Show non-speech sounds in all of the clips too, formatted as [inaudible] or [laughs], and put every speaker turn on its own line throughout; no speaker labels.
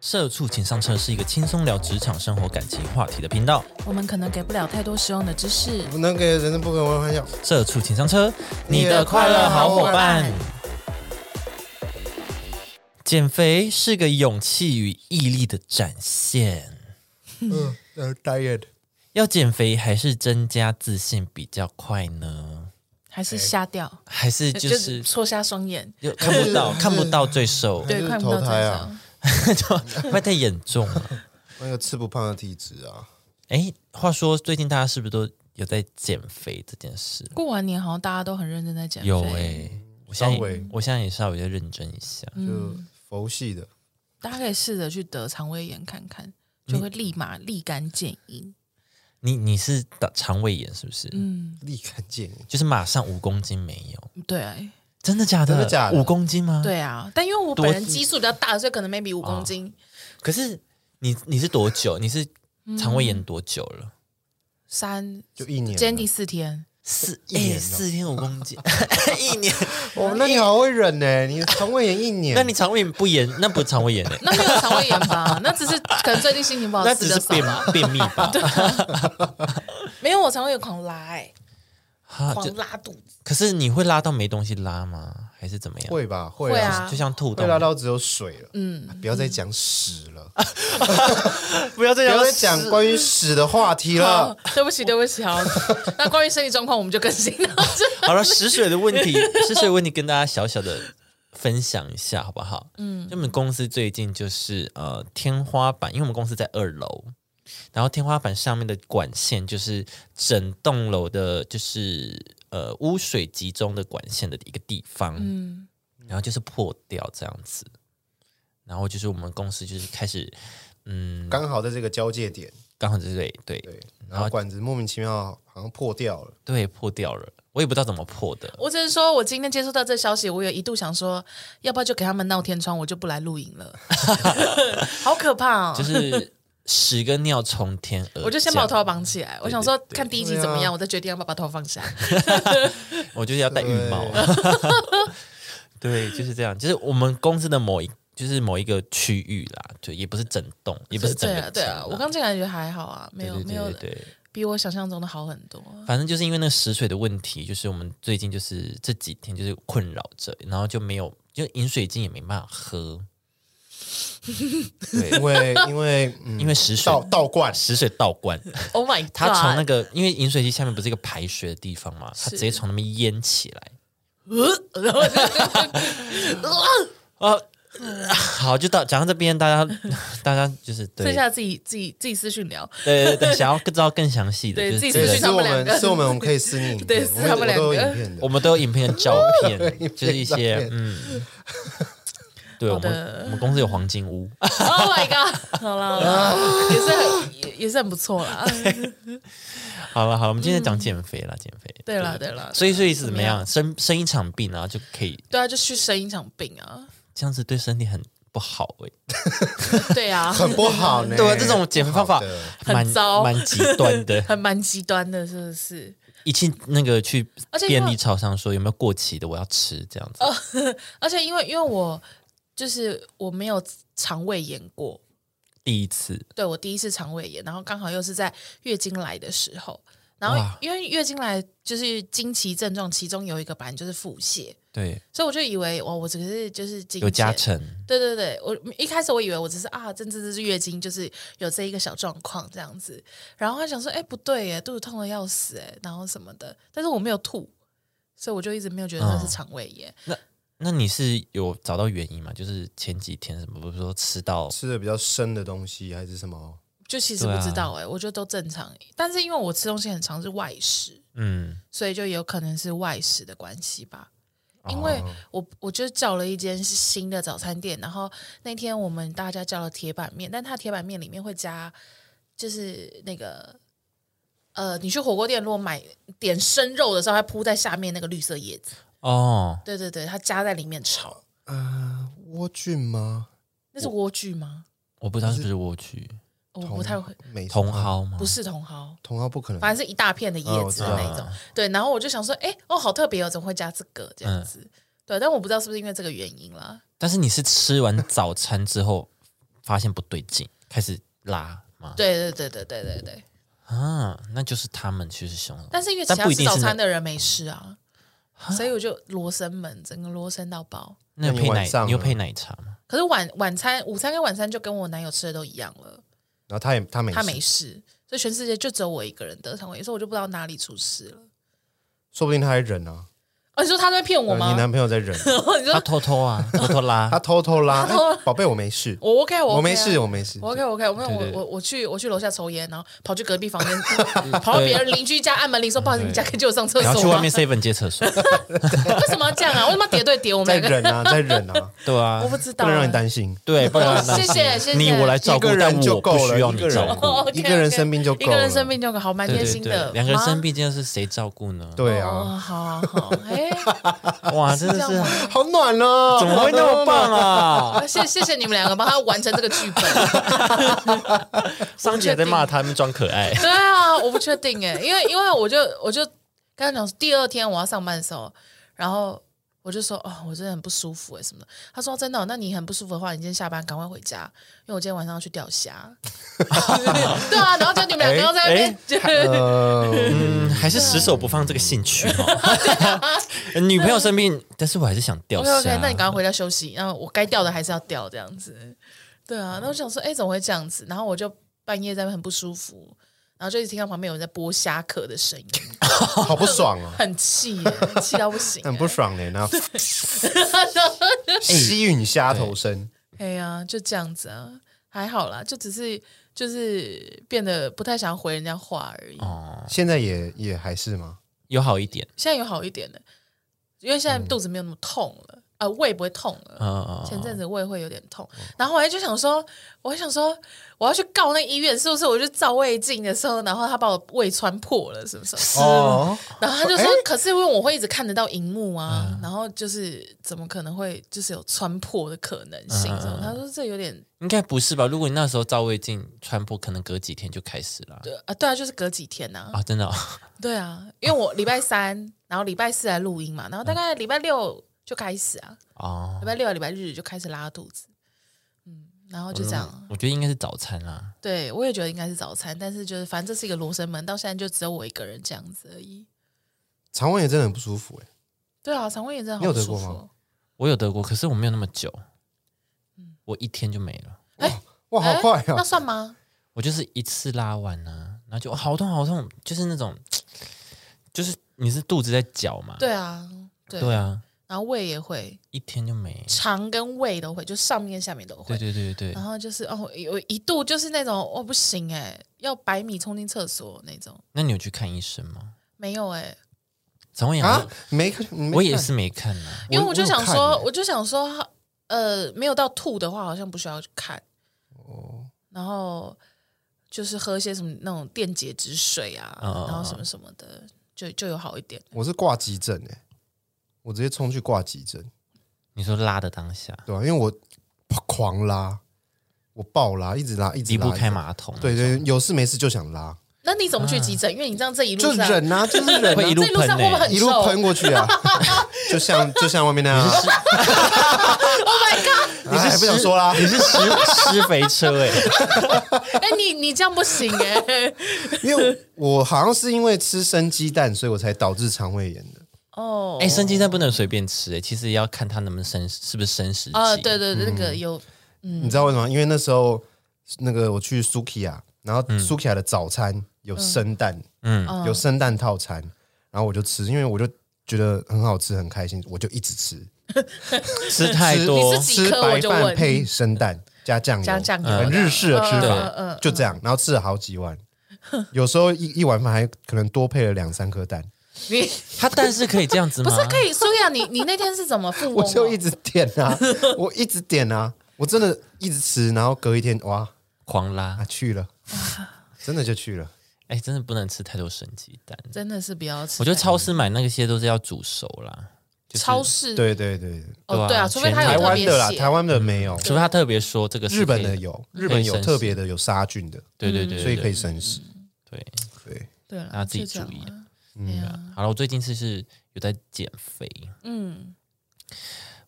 社畜请上车是一个轻松聊职场、生活、感情话题的频道。
我们可能给不了太多实用的知识。
不能给人不可为欢笑。
社畜请上车，你
你
的
的
快
快
乐
乐
好
好
伙
伙
伴
伴。
减肥是个勇气与毅力的展现。
嗯，呃，diet
要减肥还是增加自信比较快呢？
还是瞎掉，
还是哎就是
戳瞎双眼，
又看不到看不到最瘦，
还
对，
是
看不到
投
真
胎啊
相。
就会太严重了。
那个吃不胖的体质啊，
哎，话说最近大家是不是都有在减肥这件事？
过完年好像大家都很认真在减肥，
有哎，我现在
稍微
也我现在也稍微再认真一下。
嗯
就佛系的。
大家可以试着去得肠胃炎看看，就会立马立竿见影。
你你是打肠胃炎是不是？
嗯，
立竿见影，
就是马上五公斤没有，
对
真的假的？
真的假的
五公斤吗？。
对啊，但因为我
多啊
本人基数比较大，所以可能 maybe 五公斤，
可是你你是多久？你是
嗯
肠胃炎多久了？
三
就一年了。
今天第四天，
四
一年
哎
了
四天五公
[laughs]
斤，一年。
哦，那你好会忍呢，你肠胃炎一年。
那你肠胃炎不炎，那不是肠胃
[laughs]
炎欸
那没有肠胃炎
[laughs]
吧？那只是可能最近心情不好，
那
吃
只是
的少
便
了。
便秘
[laughs]
吧？
没有，我肠胃炎狂拉，哎，
哈
狂
啊就
拉肚子，
可是你会拉到没东西拉吗？还是怎么样？
会吧？会
会
啊，
啊
就像吐
会拉
到，
到只有水了。嗯，不要再讲屎了，
嗯不要再
不要再讲关于屎的话题
啊
了。
哦对不起，对不起，好。那关于身体状况，我们就更新到
[laughs]
这。
好了，食水的问题， [laughs] 食水的问题跟大家小小的分享一下，好不好？嗯，就我们公司最近就是呃天花板，因为我们公司在二楼，然后天花板上面的管线就是整栋楼的，就是呃污水集中的管线的一个地方，
嗯，
然后就是破掉这样子，然后就是我们公司就是开始，嗯，
刚好在这个交界点，
刚好就是对对
对，然后管子莫名其妙好像破掉了，
对破掉了，我也不知道怎么破的，
我只是说，我今天接收到这消息，我有一度想说，要不要就给他们闹天窗，我就不来录影
[laughs]
了，好可怕哦！ [laughs]
就是屎跟尿从天而降，
我就先把我头发绑起来，我想说
对
看第一集怎么
对
样，
啊
我再决定要不要把头发放下。
我就是要戴浴帽。 [laughs] 对，就是这样，就是我们公司的某一，就是某一个区域啦，就也不是整栋， [laughs] 也不是整
对
个
啊，对啊，
家啦
我刚进来觉得还好啊，没
对
有
对
没
对
有
对对，
比我想象中的好很多。
反正就是因为那个食水的问题，就是我们最近就是这几天就是困扰着，然后就没有，就饮水机也没办法喝，对
因，为因为嗯
因为食水
倒倒灌，
食水倒灌，[laughs]
Oh my god！
它从那个因为饮水机下面不是一个排水的地方嘛，它
是
直接从那边淹起来，
呃， [laughs] 然后就
[laughs] 哦，好，就到讲到这边，大家大家就是对
剩下自己自己自己私讯
[laughs]
聊。
对对对，想要知道更详细的，
对
就是
自己
这个
私
对，
讯
是
他
我
们两个
们是我们我们可以私密影片，
对
我
私
们
他们
我都有
两
影
个
片的
我，们都有影片跟照片，就是一
照
些
片
嗯，对我
好
们
的
我们公司有黄金屋，
Oh my god！好了好了， [laughs] 也是很也也是很不错啦。
[laughs] 好了好了，我们今天讲减肥了，减肥，
对了对了，
所以所以是怎么
嗯怎么
样，生生一场病啊就可以
对啊，就去生一场病啊。
这样子对身体很不好哎，[laughs]
对啊，
[laughs] 很不好呢。
对啊，这种减肥方法
不好的
蛮
很糟
蛮极端的
[laughs] ，很蛮极端的，是不是？
一去那个去
而且因为哦
便利超商说有没有过期的，我要吃这样子，
而且因为因为我就是我没有肠胃炎过，
第一次
对我第一次肠胃炎，然后刚好又是在月经来的时候，然后
哇
因为月经来就是经期症状，其中有一个版就是腹泻，
对
所以我就以为哇，我只是就是经
有加
前
成，
对对对，我一开始我以为我只是啊，真这是月经，就是有这一个小状况这样子。然后他想说，哎，不对耶，肚子痛的要死哎，然后什么的。但是我没有吐，所以我就一直没有觉得
嗯
那是肠胃炎。
那你是有找到原因吗？就是前几天什么，不是说吃到
吃的比较深的东西还是什么？
就其实
对啊
不知道哎、我觉得都正常。但是因为我吃东西很常是外食，
嗯，
所以就有可能是外食的关系吧。因为
哦
我我就叫了一间新的早餐店，然后那天我们大家叫了铁板面，但它铁板面里面会加就是那个呃，你去火锅店如果买点生肉的时候，它铺在下面那个绿色叶子，
哦，
对对对，它加在里面炒，
呃，莴苣吗？
那是莴苣吗？哦
我不知道是不是莴苣，
我不太
哦
会，
没
茼，蒿吗？
不，是茼蒿。
茼蒿不可能。
反正是一大片的叶
啊我
子
知
的
道
那一种，对。然后我就想说，哎、哦，好特别哦，怎么会加这个
嗯啊
这样子？对，但我不知道是不是因为这个原因啦。
但是你是吃完早餐之后发现不对劲，开始拉嘛。
对对对对对对对。
啊，那就是他们其实是凶手。
但是因为其
但
他
不一
吃
定
早
是
餐
那
的人没事啊，所以我就罗生门，整个罗生到爆。
那有
那
配
你晚
奶
上，
你有
呢
配奶茶吗？
可是晚晚餐、午餐跟晚餐就跟我男友吃的都一样了，
然后他也他没
他没
事，
事，所以全世界就只有我一个人得肠胃炎，所以我就不知道哪里出事了。
说不定他还忍啊。
哦，你说他在骗我
呃
吗
你？男朋友在
[laughs]
忍，
你
他
说
偷偷
[laughs]
啊，偷偷
[laughs]
拉
他。偷偷拉，
他偷
哎宝贝，我没事，
我 OK，我 OK 啊
我没事，。我没事。
我 OK，我 OK，我没有，
对对对
我我我去我去楼下抽烟，然后跑去隔壁房
[laughs]
间，跑到别人邻居家按门铃说：“不好意思，你家可以借我上厕
然后
所
去
吗
外？”面 seven 接厕所，
为什么要这样啊？为什么要叠对叠？我们
在
两个
忍啊，在 [laughs] 忍啊，
对啊
我，不知道
不能让
啊
你。担心。
对，不然
谢谢谢谢
你我来照
一
顾
个，
但
人就
我
够
不需要
了，一
你
个
照
人
顾。
哦，OK，OK
一个人生病就够
一
了。
个人生病就好，蛮
对
贴
对
心的
对，。两个人
妈
生，病，这样是谁照顾呢？
对
哦，
啊，
好啊好，
[laughs]
哎，
哇，真的
这样吗
是
好暖哦，
怎么会那么棒啊？
啊谢谢谢你们两个帮他完成这个
[laughs]
剧本。
上集还在骂他们装可爱，
[laughs] 对啊，我不确定哎，因为因为我就我就刚刚讲第二天我要上班的时候，然后我就说哦，我真的很不舒服哎什么的。他说真的哦、那你很不舒服的话，你今天下班赶快回家，因为我今天晚上要去
[laughs]
钓虾。对啊，然后就你们两个又在那边
哎
就
呃，
嗯，还
啊
是死守不放这个兴趣哦。
[laughs]
女朋友生病，但是我还是想钓
OK
虾。
OK，那你赶快回家休息，然后我该掉的还是要掉，这样子。对啊，那我想说，哎、怎么会这样子？然后我就半夜在那边很不舒服，然后就一直听到旁边有人在剥虾壳的声音，
好不爽哦，，
很气耶，气到不行
很不
爽。
爽呢。 [laughs] 然后吸吮虾头身，
哎呀，就这样子啊，还好啦，就只是就是变得不太想回人家话而已。
哦，
现在也也还是吗？
有好一点，
现在有好一点了，因为现在肚子没有那么痛了，嗯啊，哦胃不会痛了。
嗯嗯
前阵子胃会有点痛，然后我还就想说，我还想说我要去告那医院，是不是？我就照胃镜的时候，然后他把我胃穿破了，是不 [laughs] 是？
哦，
然后他就说，可是因为我会一直看得到荧幕啊，然后就是怎么可能会就是有穿破的可能性？什么？他说这有点
应该不是吧？如果你那时候照胃镜穿破，可能隔几天就开始了
对啊，对啊，就是隔几天呐、
啊！真的哦，
对啊，因为我礼拜三，然后礼拜四来录音嘛，然后大概礼拜六就开始啊，
哦
礼拜六、礼拜日就开始拉肚子，嗯，然后就这样啊。
我觉得应该是早餐啊啦。
对，我也觉得应该是早餐，但是就是反正这是一个罗生门，到现在就只有我一个人这样子而已。
肠胃炎真的很不舒服哎。
对啊，肠胃炎真的
你有
好
得
不舒
过
服
吗
哦。
我有得过，可是我没有那么久，
嗯
我一天就没了。
哇，好快
哎那
啊！
算吗？
我就是一次拉完呢、然后就哦好痛好痛，就是那种，就是你是肚子在绞嘛？
对啊，对，
对啊，
然后胃也会，
一天就没。
肠跟胃都会，就上面下面都会
对。对对对对，
然后就是哦，有一度就是那种哦不行哎、要百米冲进厕所那种，
那你有去看医生吗？
没有哎、
肠胃炎
啊
我，
没看，没看
我也，是没看啊呐、
因为我就想说，我
我欸
就想说，呃，没有到吐的话，好像不需要去看。
哦
然后就是喝一些什么那种电解质水啊，
嗯嗯
哦
嗯
然后什么什么的，就就有好一点。
我是挂急诊哎，我直接冲去挂急诊，
你说拉的当下
对吧？因为我狂拉，我爆拉，一直拉，一直
离
拉
不开。马桶，啊
对对，有事没事就想拉，
那你怎么去急诊？因为你这样这一路
就
上，[laughs]
忍啊，就是忍
会一
啊，
路
这一路上
喷欸
会不会很
一路
臭
喷过去
[laughs]
啊，就像就像外面那样啊。Oh my god！你是不想说啦？
你是施施肥车哎、
哎、你你这样不行哎、
因为我好像是因为吃生鸡蛋，所以我才导致肠胃炎的。 [laughs]
哦，
哎、生鸡蛋不能随便吃哎、其实也要看它能不能生，是不是生食期。
啊，对对对，那
嗯
个有嗯
你知道为什么吗？因为那时候那个我去 Sukiya，然后
嗯
Sukiya 的早餐有生蛋，
哦
嗯，有生蛋套餐，然后我就吃，因为我就觉得很好吃，很开心，我就一直吃，
吃太多
你是几
吃
颗我
白
就
饭
问
配生蛋加酱油，
加酱油
很日式的吃
嗯
法，就这样，然后吃了好几碗， [laughs] 有时候一一碗饭还可能多配了两三颗蛋，
你
它蛋是可以这样子吗？
不是可以苏亚，你你那天是
[laughs]
怎么复
我
翁
就一
哦？
直点啊， [laughs] 我一直点啊，我真的一直吃，然后隔一天哇
狂拉
啊去
[laughs]
了，真的就去了。
哎、真的不能吃太多生鸡蛋。
真的是不要吃，欸
我觉得超市买那些都是要煮熟啦，
超市
对对对，
哦对
对
啊，
啊
除非他
全
嗯
台
有特
湾
别
的啦，
写
台湾的没有，
除非他特别说这个是
日
嗯
本
可以
的，有，日本有
生
特
食
别的有杀菌的，
对
嗯
对对，嗯
所以可
以
以生食。
对。
对，
对了，
大家自己
就这样
注意
啊
了
对啊，嗯
好了，我最近是是有在减肥，嗯，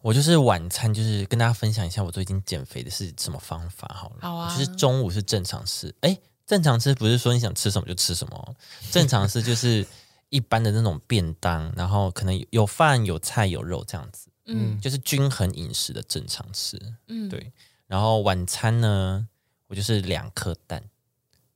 我我就是晚餐，就是跟大家分享一下我最近减肥的是什么方法好了。
好啊
就是中午是正常吃，哎，正常吃不是说你想吃什么就吃什么哦，正常吃就是一般的那种便当，然后可能有饭有菜有肉这样子，
嗯
就是均衡饮食的正常吃。
嗯，
对，然后晚餐呢，我就是两颗蛋，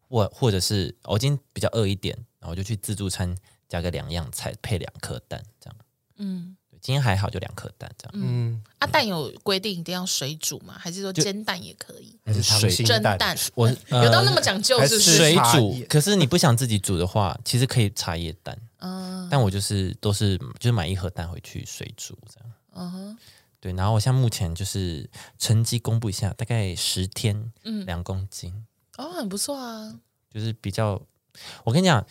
或或者是我今天比较饿一点，然后我就去自助餐加个两样菜配两颗蛋这样。
嗯
对今天还好，就两颗蛋这样。
嗯，
啊，蛋有规定一定要水煮吗？还是说煎蛋也可以？
还是
汤
水
型
晶
蒸
蛋，
蛋
我
有到
呃
那么讲究
还
是不
是
水
是？
茶
煮
叶，
可是你不想自己煮的话，其实可以茶叶蛋。
嗯
但我就是都是就是买一盒蛋回去水煮这样。
嗯哼，
对，然后我现在目前就是成绩公布一下，大概十天，
嗯
两公斤，
哦，很不错啊。
就是比较。我跟你讲，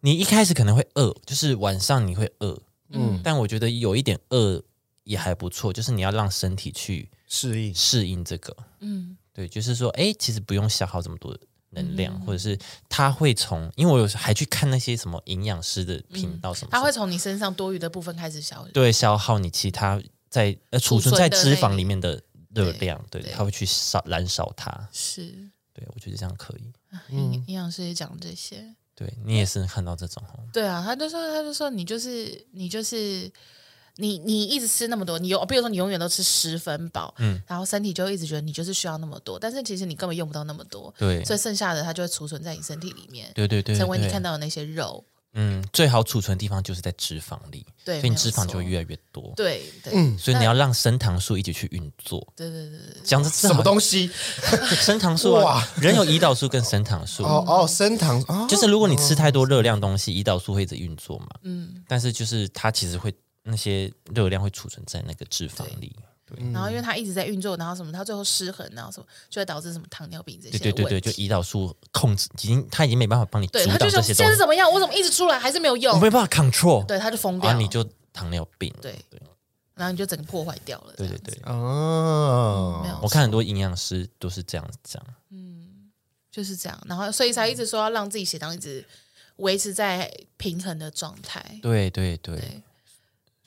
你一开始可能会饿，就是晚上你会饿，
嗯
但我觉得有一点饿也还不错，就是你要让身体去
适应。
适应这个。
嗯
对，就是说，哎，其实不用消耗这么多能量，或者是他会从，因为我有时还去看那些什么营养师的频道什么，
它会从你身上多余的部分开始消。
对消耗你其他在呃储存在脂肪里面的热量，对，
对
他会去烧燃烧它。
是
对，我觉得这样可以。
营营养师也讲这些。
对你也是看到这种哦，
对啊，他就说，他就说你就是你就是你你一直吃那么多，你有比如说你永远都吃十分饱，嗯，然后身体就会一直觉得你就是需要那么多，但是其实你根本用不到那么多，
对
所以剩下的它就会储存在你身体里面，
对对对，
成为你
对
看，到的那些肉。
嗯，最好储存的地方就是在脂肪里，
对
所以你
没有
脂肪就
错
会越来越多。
对对
所以你要让升糖素一起去运作。
对对对对，
讲的什
什么东西？
[laughs] 升糖素啊，人有胰岛素跟升糖素，
哦哦，升糖啊，
就是如果你吃太多热量东西，胰岛素会一直运作嘛。
嗯，
但是就是它其实会那些热量会储存在那个脂肪里。
然后
嗯
因为它一直在运作，然后什么它最后失衡，然后什么就会导致什么糖尿病这
对
些
对对对，
问
就
题
胰岛素控制已经，它已经没办法帮你阻
对，他
挡
就
这
想
些
现
东
在是
西，
怎么样，我怎么一直出来还是没有
我
用，
没办法 control，
对，他就疯掉
然啊
了，
后你就糖尿病。
对然后你就整个破坏掉了，
对对
这样子
对，
哦
没，有
我看很多营养师都是这样讲。
就是这样，然后所以才一直说要让自己血糖一直维持在平衡的状态。
对对对，
对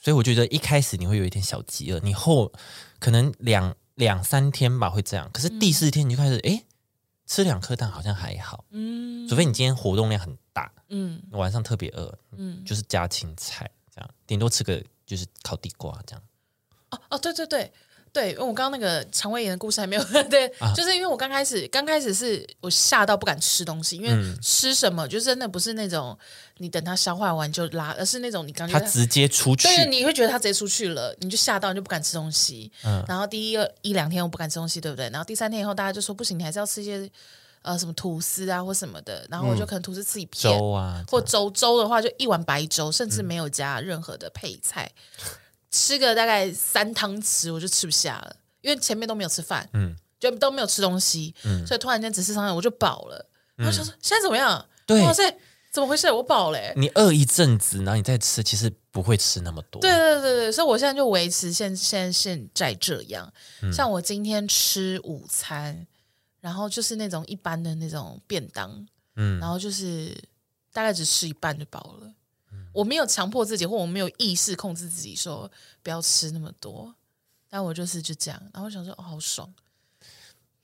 所以我觉得一开始你会有一点小饥饿，你后可能两两三天吧会这样，可
嗯
是第四天你就开始哎、诶吃两颗蛋好像还好，
嗯
除非你今天活动量很大，
嗯
晚上特别饿，
嗯，
就是加青菜这样，顶多吃个就是烤地瓜这样。
哦哦，对对对对，因为我刚刚那个肠胃炎的故事还没有 [laughs] 对，
啊
就是因为我刚开始刚开始是我吓到不敢吃东西，因
嗯
为吃什么就真的不是那种你等它消化完就拉，而是那种你感觉
他直接出去，
对，你会觉得他直接出去了，你就吓到，你就不敢吃东西。
嗯
然后第一个一两天我不敢吃东西，对不对？然后第三天以后，大家就说不行，你还是要吃一些呃什么吐司啊或什么的。然后
嗯
我就可能吐司吃一片，
粥啊，
或粥粥的话就一碗白粥，甚至没有加任何的配菜，吃个大概三汤匙我就吃不下了，因为前面都没有吃饭，嗯，就都没有吃东西，所以突然间只吃上来我就饱了。然后想说现在怎么样？
对
哇塞，怎么回事？我饱了欸、
你饿一阵子，然后你再吃，其实不会吃那么多。
对，对对对，所以我现在就维持现现现在这样。
嗯
像我今天吃午餐，然后就是那种一般的那种便当，
嗯
然后就是大概只吃一半就饱了。
嗯
我没有强迫自己，或我没有意识控制自己说不要吃那么多，但我就是就这样。然后我想说，哦，好爽。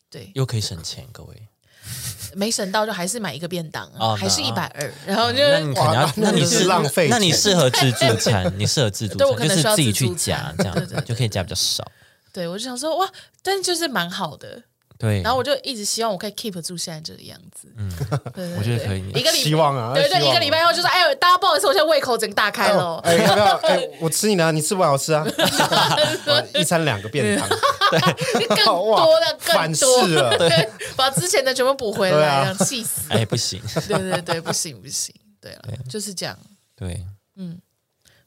对，
又可以省钱，各位。
没省到就还是买一个便当，
哦
还是
那
一百二，然后就
那你可能要
哇，
那
那
你
真是
是
浪费
那
钱
你适合自助餐，你适合自助
对我可
餐，就
能
是
需要
自己
自助
去夹
餐
这样，
对对对
就可以夹比较少。
对我就想说哇，但是就是蛮好的。
对，
然后我就一直希望我可以 keep 住现在这个样子。嗯，对
我觉得可以
一个礼
希望啊
对
希
对，
望
一个礼拜后就说，哎呦，大家不好意思，我现在胃口整个大开了哦。
哎，要不要？
[laughs]
哎，我吃你的啊，你吃不完我吃啊，一餐两个便当，
就更多的更
反噬
多，[laughs]
了
对，把之前的全部补回
对
来，
啊
这样气死。
哎不
[laughs]
行，
对对对，不行不行，对了，就是这样。
对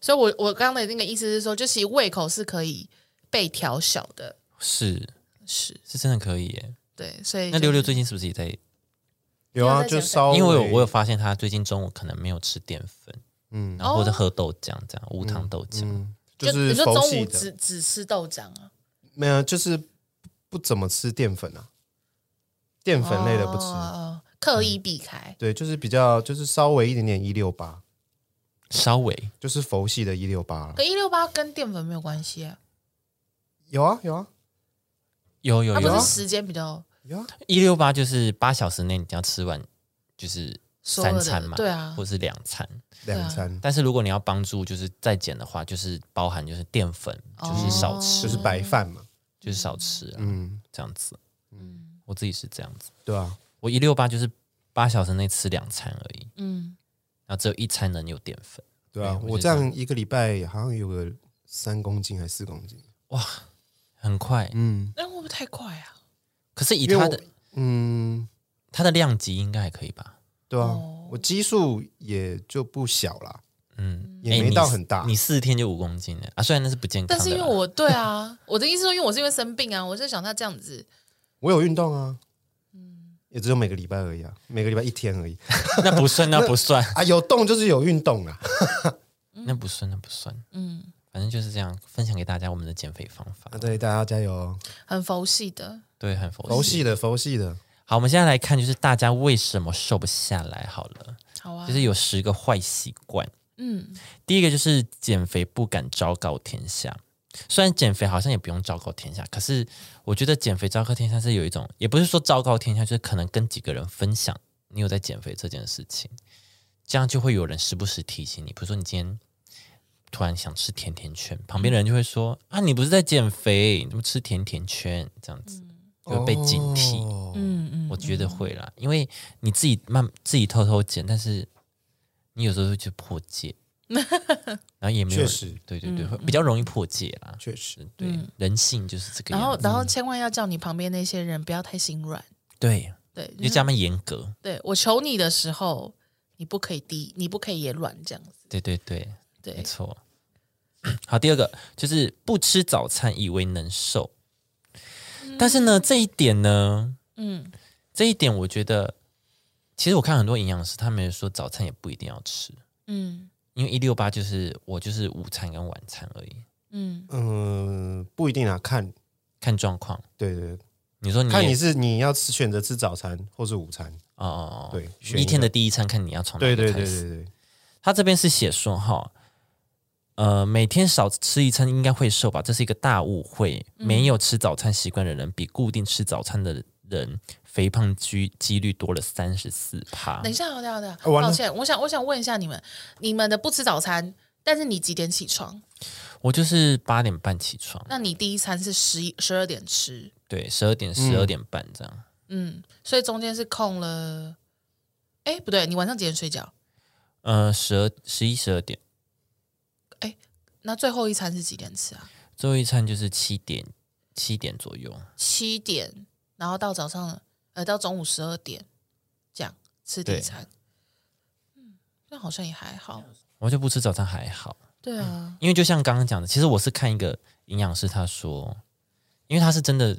所以我我刚刚的那个意思是说，就其实胃口是可以被调小的，
是
是
是真的可以耶。
对，所以
那
就
六六最近是不是也在？
有
不要
啊，
再
就
减肥
稍微，
因为我有我有发现他最近中午可能没有吃淀粉，嗯，然后
哦
或者喝豆浆这样，无糖豆浆。
嗯，就
就是你说
佛
中
系
午
的，
只只吃豆浆啊，
没有，就是不怎么吃淀粉啊，淀粉类的不吃，嗯
哦，刻意避开。
对，就是比较就是稍微一点点一六八，
稍微
就是佛系的一六八了
可。一六八跟淀粉没有关系啊。
有啊有啊
有有
啊它不
有
啊
是，时间比较
有啊，
一六八就是八小时内你要吃完，就是
所
三
有的
餐嘛，
对啊
或是两餐。
两餐
但是如果你要帮助就是再减的话，就是包含就是淀粉，就是少吃，
就是白饭嘛，
就是少吃啊，
嗯，
这样子。嗯，我自己是这样子，
对啊，
我一六八就是八小时内吃两餐而已，
嗯，
然后只有一餐能有淀粉。
对啊，
对哎我
我
觉
这
得
样一个礼拜好像有个三公斤还是四公斤，
很快，
嗯，
那会不会太快啊？
可是以
因为
它
我
的
嗯，
它的量级应该还可以吧？
对啊
哦，
我基数也就不小啦，
嗯，
也
诶
没
你
到
四
很大
你四天就五公斤了啊！虽然那是不健康
但
的啦，
是因为我对啊， [laughs] 我的意思说，因为我是因为生病啊，我就想他这样子，
我有运动啊，也只有每个礼拜而已啊，每个礼拜一天而已
[laughs] 那不算，那不
[laughs]
算，
啊，有动就是有运动啊，
那不算，那不算。
嗯，
反正就是这样，分享给大家我们的减肥方法
啊。 [laughs] 对，大家加油哦，
很佛系的，
对，很佛
佛
系。
系的佛系的，
好，我们现在来看，就是大家为什么瘦不下来？好了，
好啊，
就是有十个坏习惯。
嗯，
第一个就是减肥不敢昭告天下。虽然减肥好像也不用昭告天下，可是我觉得减肥昭告天下是有一种，也不是说昭告天下，就是可能跟几个人分享你有在减肥这件事情，这样就会有人时不时提醒你。比如说你今天突然想吃甜甜圈，旁边的人就会说：“啊，你不是在减肥，你怎么吃甜甜圈？”这样子就会被警惕。
哦
嗯嗯，
我觉得会啦，因为你自己慢自己偷偷减，但是你有时候会去破
[laughs]
戒，然后也没有
确实，
对对
嗯
对，会比较容易破戒啦。
确实，
对，人性就是这个
然
样
后
子。
然后千万要叫你旁边那些人不要太心软，
对，
对，
就
就是
加们严格。
对我求你的时候，你不可以低，你不可以也软这样子，
对对对，没
对，
错。好，第二个就是不吃早餐，以为能瘦，但是呢，这一点呢，
嗯，
这一点我觉得，其实我看很多营养师，他们也说早餐也不一定要吃。
嗯
因为一六八就是我就是午餐跟晚餐而已，
嗯
嗯，不一定啊，看，
看状况。
对对，
你说你也
看你是你要吃选择吃早餐或是午餐，
哦哦哦，
对选
一
一
天
个
的第一餐看你要从哪
对
里
对
开
对
始。
对对，
他这边是写说哈，呃，每天少吃一餐应该会瘦吧，这是一个大误会。没有吃早餐习惯的人，比固定吃早餐的人肥胖居几率多了三十四趴
等。一下，等一下，等一下，
啊完了
抱歉，我想我想问一下你们，你们的不吃早餐，但是你几点起床？
我就是八点半起床，
那你第一餐是十一十二点吃，
对，十二点十二点半这样。
嗯，所以中间是空了，哎，不对，你晚上几点睡觉？
呃，十二十一十二点，
那最后一餐是几点吃啊？
最后一餐就是七点七点左右。
七点，然后到早上呃到中午十二点，这样吃第一
对
餐。嗯，那好像也还好。
我就不吃早餐还好，
对啊，
因为就像刚刚讲的，其实我是看一个营养师他说，因为他是真的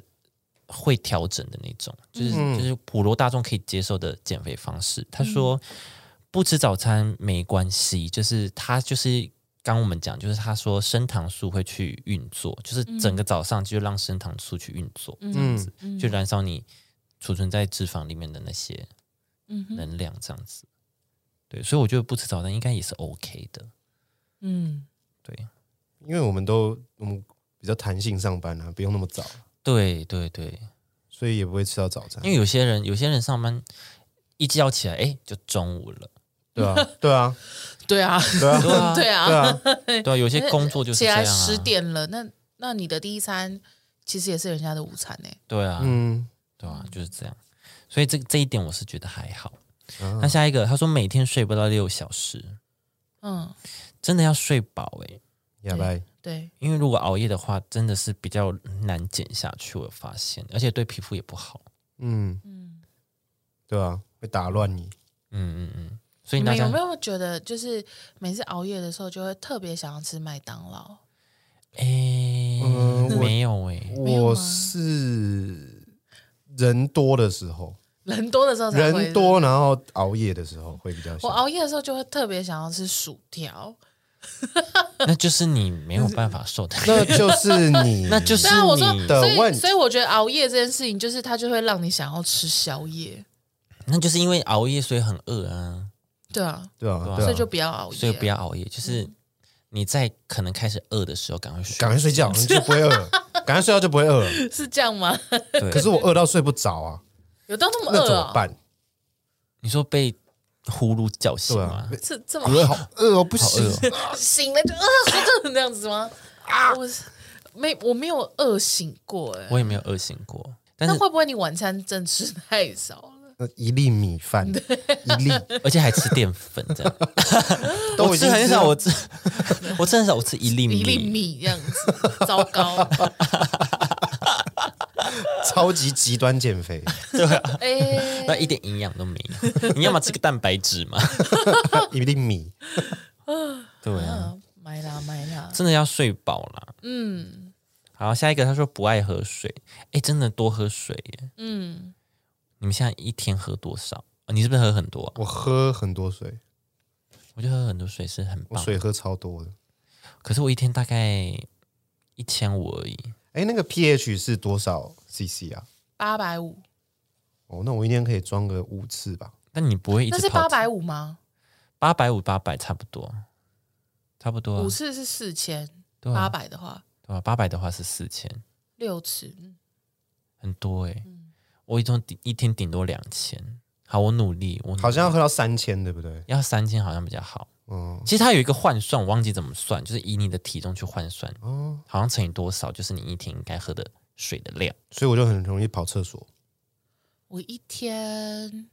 会调整的那种，就是、
嗯
就是普罗大众可以接受的减肥方式。他说不吃早餐没关系，就是他就是。刚我们讲，就是他说升糖素会去运作，就是整个早上就让升糖素去运作，这
嗯
样
嗯
子、嗯就燃烧你储存在脂肪里面的那些
嗯哼，
能量，这样子。对，所以我觉得不吃早餐应该也是 OK 的。
嗯，
对，
因为我们都我们比较弹性上班啊，不用那么早，
对对对，
所以也不会吃到早餐
因，为有些人有些人上班一觉起来，哎，就中午了。[laughs]
对啊，对啊，
对啊，
对啊，
对啊，
[laughs] 对啊，
对啊，
对啊，有些工作就是
起
这样
来
啊。
十点了，那那你的第一餐其实也是人家的午餐欸呢、
对啊，
嗯，
对啊，就是这样。所以这这一点我是觉得还好。
嗯
那下一个，他说每天睡不到六小时，
嗯，
真的要睡饱哎、
哑巴，
对，
因为如果熬夜的话，真的是比较难减下去。我发现，而且对皮肤也不好。
嗯
嗯，
对啊，会打乱你，
嗯嗯嗯，所以
你
大
们有
家
没有觉得就是每次熬夜的时候就会特别想要吃麦当劳？
哎、
嗯我
没有哎、
没有吗啊
我是人多的时候，
人多的时候才会
人，多然后熬夜的时候会比较
我
想，
熬夜的时候就会特别想要吃薯条。
那就是你没有办法瘦的，
那就是你，
[laughs] 那就是
对啊，我说，
你
的
所以
问题
所以我觉得熬夜这件事情，就是它就会让你想要吃宵夜。
[laughs] 那就是因为熬夜所以很饿啊。
对啊，
对啊，
对啊
对
所以
啊，
就不要熬夜，
所以不
嗯
要熬夜，就是你在可能开始饿的时候赶快睡。
赶快睡觉，你就不会饿，赶快睡觉就不会饿了。
是这样吗？
对，
可是我饿到睡不着啊，
有到那么
那
饿
怎么
哦？
办？
你说被呼噜叫醒
对
吗
啊？
这这
我
么
好饿哦，不
好
行
饿，哦，
醒了就饿，这样子吗？
啊
我是没我没有饿醒过哎、
我也没有饿醒过，但
那
是
会不会你晚餐真吃太少了？
那一粒米饭，一粒
[laughs] 而且还吃淀粉这
[laughs]
样。
都
我
已
吃
经
很少，
了
我吃我吃很少，我吃一粒米，
一粒米这样
[laughs]
子，糟糕！
超级极端减肥，
哎、
啊那一点营养都没
[laughs]
有。你要么吃个蛋白质嘛？
一粒米，
对啊，
啊买啦买啦，
真的要睡饱啦。
嗯
好，下一个他说不爱喝水，哎，真的多喝水耶。
嗯，
你们现在一天喝多少？哦你是不是喝很多啊、
我喝很多水，
我觉得喝很多水是很
我
棒，
水喝超多的。
可是我一天大概一千五而已。
哎，那个 pH 是多少 cc 啊？
八百五，
哦，那我一天可以装个五次吧？
但你不会一
那
直
是
泡
八百五吗？
八百五八百差不多，差不多啊
五次是四千，
对
八
啊
百的话
对吧、八百的话是四千，
六次，嗯
很多哎、我一天顶一天顶多两千。好，我努力，我努力
好像要喝到三千，对不对？
要三千好像比较好。
嗯，
其实它有一个换算，我忘记怎么算，就是以你的体重去换算，
哦，
好像乘以多少就是你一天应该喝的水的量。
所以我就很容易跑厕所。
我一天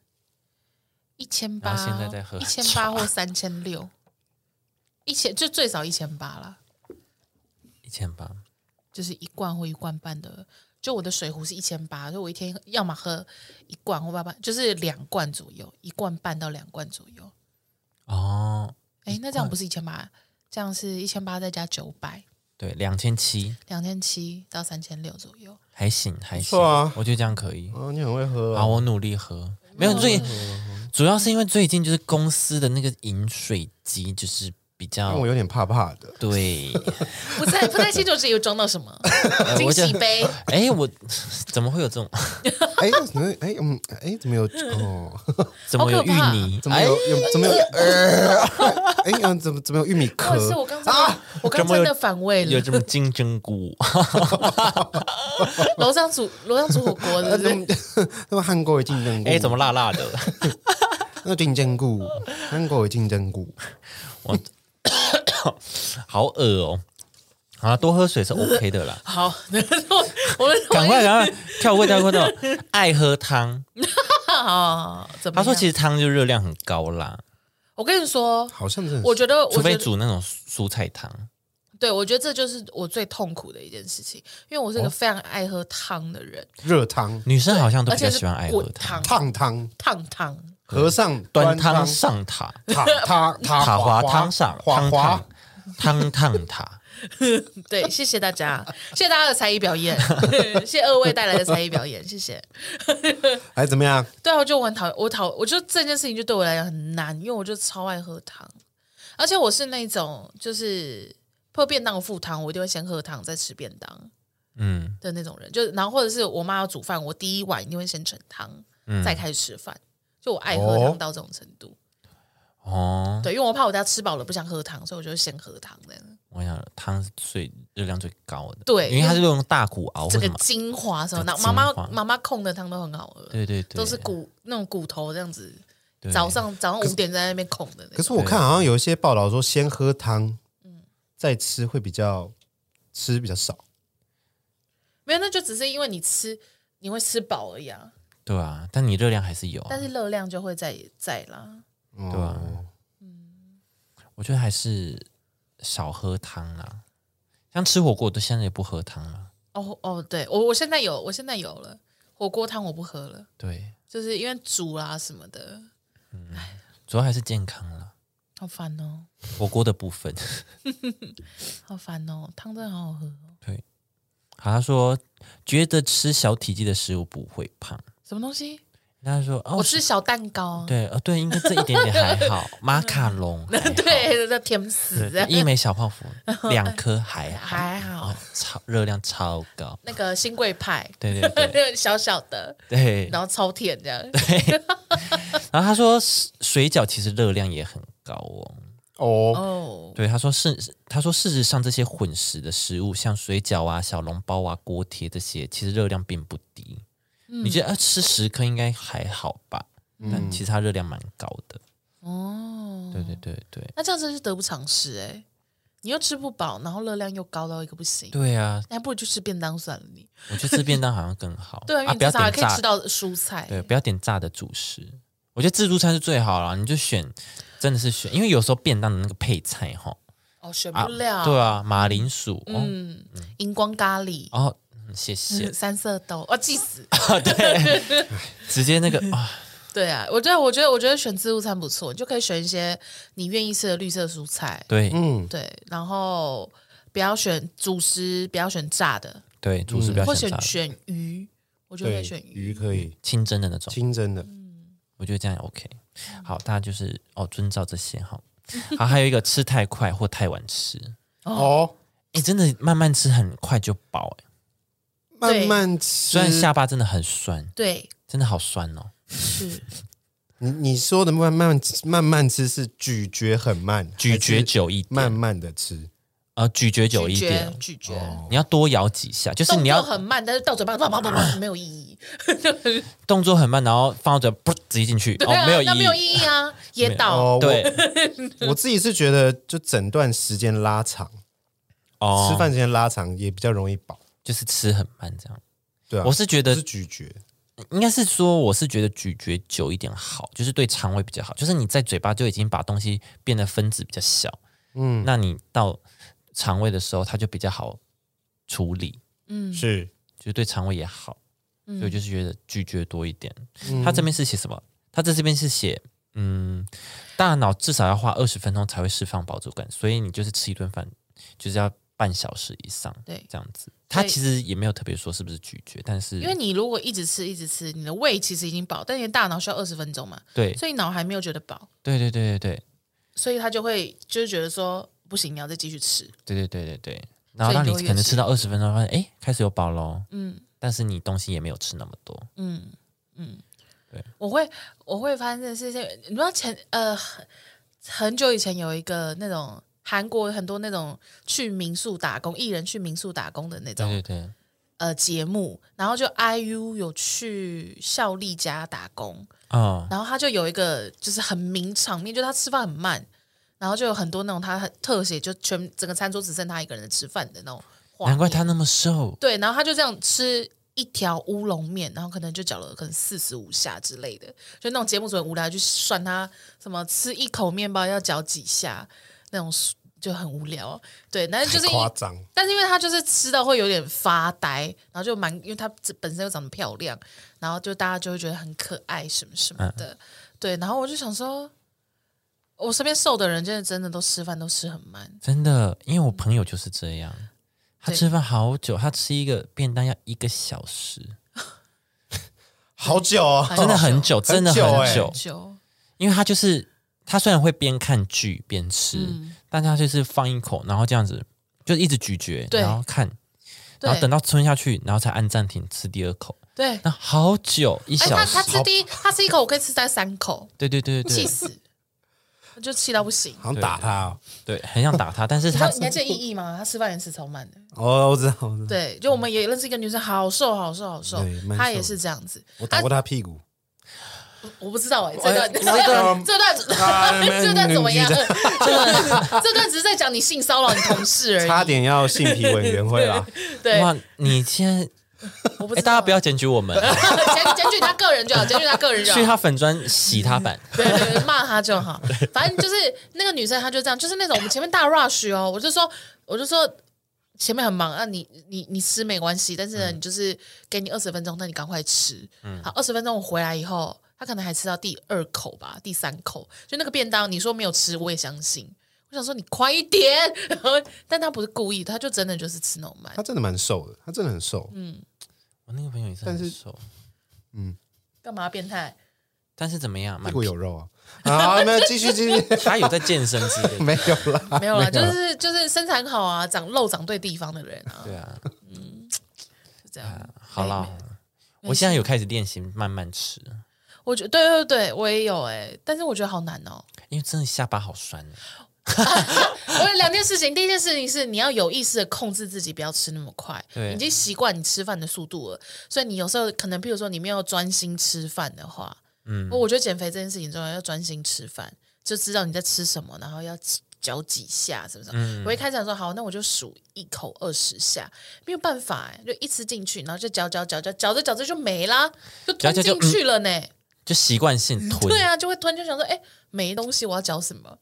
一千
然
八，
后现在在喝啊
一千八或三千六，一千就最少一千八啦，
一千八，
就是一罐或一罐半的。就我的水壶是一千八，所以我一天要么喝一罐或半半，就是两罐左右，一罐半到两罐左右。
哦，
哎，那这样不是一千八，这样是一千八再加九百，
对，两千七
两千七到三千六左右。
还行还行，
错啊
我觉得这样可以。
哦，你很会喝
好，
嗯
哦，
我努力喝。没有最，主要是因为最近就是公司的那个饮水机就是比
但
较
我有点怕怕的。
[laughs]
对，
[laughs] 不太不太清楚自己有装到什么惊
[laughs] 我就 [laughs]
喜杯，
哎，我怎么会有这种？
哎，怎么哎嗯哎怎么有哦？
怎么有芋泥？
怎么
哎
有有怎么有呃？ [laughs] 哎嗯怎么怎么有玉米
或者是
壳？
我刚才我刚才真的反胃
哎啊有
了。
这么金针
[laughs]
菇？
楼上煮楼上煮火锅
[laughs]
的，对不对
[laughs] 那么韩国有金针菇？
哎，怎么辣辣
[laughs]
的？
那金针菇？韩国有金针菇？
好恶哦！啊，多喝
[laughs]
水是 OK 的啦。
好，我们
赶快赶
哎
快跳过跳过跳过！爱喝
[laughs]
汤，
啊！怎么
他
样？
说其实汤就热量很高啦，
我跟你说，
好像真的是
我觉得，我
除非
觉得，
煮那种蔬菜汤。
对我觉得这就是我最痛苦的一件事情，因为我是一个非常爱喝汤的人，
热汤、
女生好像都
而
比较
且
喜
是
欢爱喝
滚
汤，
汤
烫汤、
烫汤。
和尚
端
汤
汤、上塔。
塔塔
啊
塔
[laughs] 塔滑
滑
汤上
滑
汤
滑
烫。汤烫塔，
对，谢谢大家，谢谢大家的才艺表
[laughs]
演，谢谢二位带来的才艺表演，谢谢。
哎，怎么样？
对啊，我就我很讨厌，我讨，我觉得这件事情就对我来讲很难，因为我就超爱喝汤，而且我是那种就是破便当附汤，我一定会先喝汤再吃便当
嗯，
的那种人，就是然后或者是我妈要煮饭，我第一碗一定会先盛汤，
嗯
再开始吃饭，就我爱喝
哦
汤到这种程度。
哦，
对，因为我怕我等下吃饱了不想喝汤，所以我就先喝汤这样。
我想汤是最热量最高的，
对
因为它是用大骨熬或
这
哦
个
什么，
精华什么，那
这个
妈妈
精华
妈妈控的汤都很好喝，
对对对，
都是骨那种骨头这样子。
对
早上早上五点在那边控的那种，
可是我看好像有一些报道说，先喝汤，
嗯
再吃会比较吃比较少。
没有，那就只是因为你吃你会吃饱而已啊，
对啊，但你热量还是有、啊
但，是热量就会在在啦。
对
啊我觉得还是少喝汤啦。像吃火锅，我都现在也不喝汤了，
哦哦，对我我现在有我现在有了火锅汤我不喝了，
对，
就是因为煮啦、什么的，
主要还是健康啦。
好烦哦，
火锅的部分， [laughs]
好烦哦，汤真的好好喝哦，
对。好，他说觉得吃小体积的食物不会胖，
什么东西？
他说哦
我，吃小蛋糕啊，
对，呃，对，应该这一点点还
[laughs]
好，马卡龙还好
对，那甜死
哦对，
了，
一枚小泡
[laughs]
芙两颗还好，
还好
哦，超热量超高，
那个新贵派，
对对对
[laughs] 小小的，
对。
然后超甜这样，
然后他说水水饺其实热量也很高哦，
哦，
哦，
对，他说事，他说事实上这些混食的食物，像水饺啊、小笼包啊、锅贴这些，其实热量并不低。
嗯
你觉得、呃、吃十颗应该还好吧？但其实它热量蛮高的。
哦，
对对对对，
那这样真是得不偿失哎、你又吃不饱，然后热量又高到一个不行，
对啊，
那还不如就吃便当算了你。
我觉得吃便当好像更好。
[laughs] 对啊，因
啊，
为你
不要
至少还
点
可以
炸
吃，到蔬菜。
对，不要点炸的主食。我觉得自助餐是最好啦，你就选，真的是选，因为有时候便当的那个配菜哈，
哦，选不了。
对啊，马铃薯，哦
嗯，荧光咖喱，，
哦，嗯谢谢
[laughs] 三色豆，哦，气死。
直接那个啊，
对啊，我觉得，我觉得，我觉得选自助餐不错，你就可以选一些你愿意吃的绿色蔬菜，
对
嗯，
对，然后不要选主食，不要选炸的，
嗯
对，主食不要
或
选炸
选
的，
选鱼，我觉得可
对
以选，鱼。嗯
鱼可以
清蒸的那种。
清蒸的，
我觉得这样也 OK。好，大家就是哦，遵照这些哈。好，还有一个吃太快或太晚吃，
哦，
哎、真的慢慢吃很快就饱哎、
慢慢吃。
虽然下巴真的很酸，
对，
真的好酸哦。
是
你你说的慢慢吃慢慢吃是咀嚼很慢，
咀嚼
还是
久一点，
慢慢的吃，
呃，咀嚼久一
咀嚼
点，
咀嚼，
你要多咬几下，就是
动
你
作
要哦
很慢，但是到嘴巴叭叭叭叭没有意义，
动作很慢，然后放到嘴噗直接进去，
对
哦，
啊，
没有
那没有
意义。
意
[laughs]
义啊，噎到，
哦，
对，
我我自己是觉得，就整段时间拉长，
哦，
吃饭时间拉长也比较容易饱，
就是吃很慢这样。
对啊，
我是觉
我
得
是咀嚼，
应该是说，我是觉得咀嚼久一点好，就是对肠胃比较好。就是你在嘴巴就已经把东西变得分子比较小，嗯，那你到肠胃的时候，它就比较好处理，
嗯，
是
就是对肠胃也好。所以我就是觉得咀嚼多一点。他这边是写什么？他在这边是写，嗯，大脑至少要花二十分钟才会释放饱足感，所以你就是吃一顿饭就是要半小时以上，
对
这样子。他
所以
其实也没有特别说是不是咀嚼，但是
因为你如果一直吃一直吃，你的胃其实已经饱，但你的大脑需要二十分钟嘛，
对
所以脑还没有觉得饱，
对对对对对。
所以他就会就是觉得说不行，你要再继续吃，
对对对对对。然后让你
所以你就会
可能
越
吃
吃
到二十分钟，发现哎开始有饱喽，
嗯
但是你东西也没有吃那么多。
嗯嗯，我会我会发现这件事情，你知道前呃很很久以前有一个那种韩国有很多那种去民宿打工，艺人去民宿打工的那
对
种
对对，
呃节目，然后就 IU 有去孝利家打工，
哦，
然后他就有一个就是很名场面，就是他吃饭很慢，然后就有很多那种他很特写，就全整个餐桌只剩他一个人吃饭的那种画面。
啊
难怪他那么瘦。
对，然后他就这样吃一条乌龙面，然后可能就搅了可能四十五下之类的，就那种节目组很无聊，就算他什么吃一口面包要嚼几下那种。就很无聊，对，但是就是因
夸张，
但是因为他就是吃到会有点发呆，然后就蛮，因为他本身又长得漂亮，然后就大家就会觉得很可爱什么什么
嗯
的，对。然后我就想说，我身边瘦的人真的真的都吃饭都吃很慢，
真的，因为我朋友就是这样，他
对
吃饭好久，他吃一个便当要一个小时，
好久哦，
很欸
真的很久，真的很
很
久
久，
就
因为他就是他虽然会边看剧边吃，
嗯
但他就是放一口，然后这样子就一直咀嚼，
对
然后看，然后等
对
到吞下去，然后才按暂停吃第二口，
对。
那好久一
哎，
小
他
时
他，吃第一，他吃一口，我可以吃三三口，
对对对对
气
对。
死！我就气到不行。
好像打他哦，
对，很想打他，但是
你知道
他
你还记得意义吗？他吃饭也吃超慢的。
哦，我知道，我知道，
对，就我们也认识一个女生，好瘦，好瘦，好瘦
对蛮。瘦
她也是这样子。
我打过他屁股，
我不知道哎，这段
我
这
知道
[laughs] 段这段
[laughs] 啊没
[laughs]
有
这段怎么样？
你
这段这段只是在讲你性骚扰你同事而已。
差点
[laughs]
要性皮委员会啦，
对，
哇，你现在
我不
哎，
知
大
道
家不要检举我
[laughs]
们，
检检举他个人就好，检举他个人就好。
去他粉砖洗他版，
对对对，骂他就好。反正就是那个女生，她就这样，就是那种我们前面大 rush 哦，我就说，我就说前面很忙啊，你你你吃没关系，但是呢，你就是给你二十分钟，那你赶快吃。好，二十分钟我回来以后，她可能还吃到第二口吧，第三口，就那个便当，你说没有吃，我也相信。我想说你快一点， [laughs] 然后但她不是故意，她就真的就是吃那种慢
他。真的蛮瘦的，他真的很瘦，
嗯
我那个朋友也是
但是
很瘦，
干嘛变态？
但是怎么样，
屁
蛮
股
[laughs]
有肉啊，好，那继续继续， [laughs]
他有在健身之类的，
没有啦，
啊没有啦，就是就是身材很好啊，长肉长对地方的人啊，
对啊，
就这样。
好啦，
没
我现在有开始练习慢慢吃，
我觉对对对，我也有哎、但是我觉得好难哦。
因为真的下巴好酸欸，
我有两件事情，第一件事情是你要有意识的控制自己，不要吃那么快。
对
你已经习惯你吃饭的速度了，所以你有时候可能，比如说你没有专心吃饭的话，嗯，我觉得减肥这件事情重要，要专心吃饭，就知道你在吃什么，然后要嚼几下，是不是？
嗯
我一开始想说好，那我就数一口二十下，没有办法、欸，就一吃进去，然后就嚼嚼嚼嚼嚼着嚼着就没啦，就吞
嚼嚼嗯
进
就
去了呢、
就习惯性吞。
对啊，就会突然就想说，哎、没东西，我要嚼什么？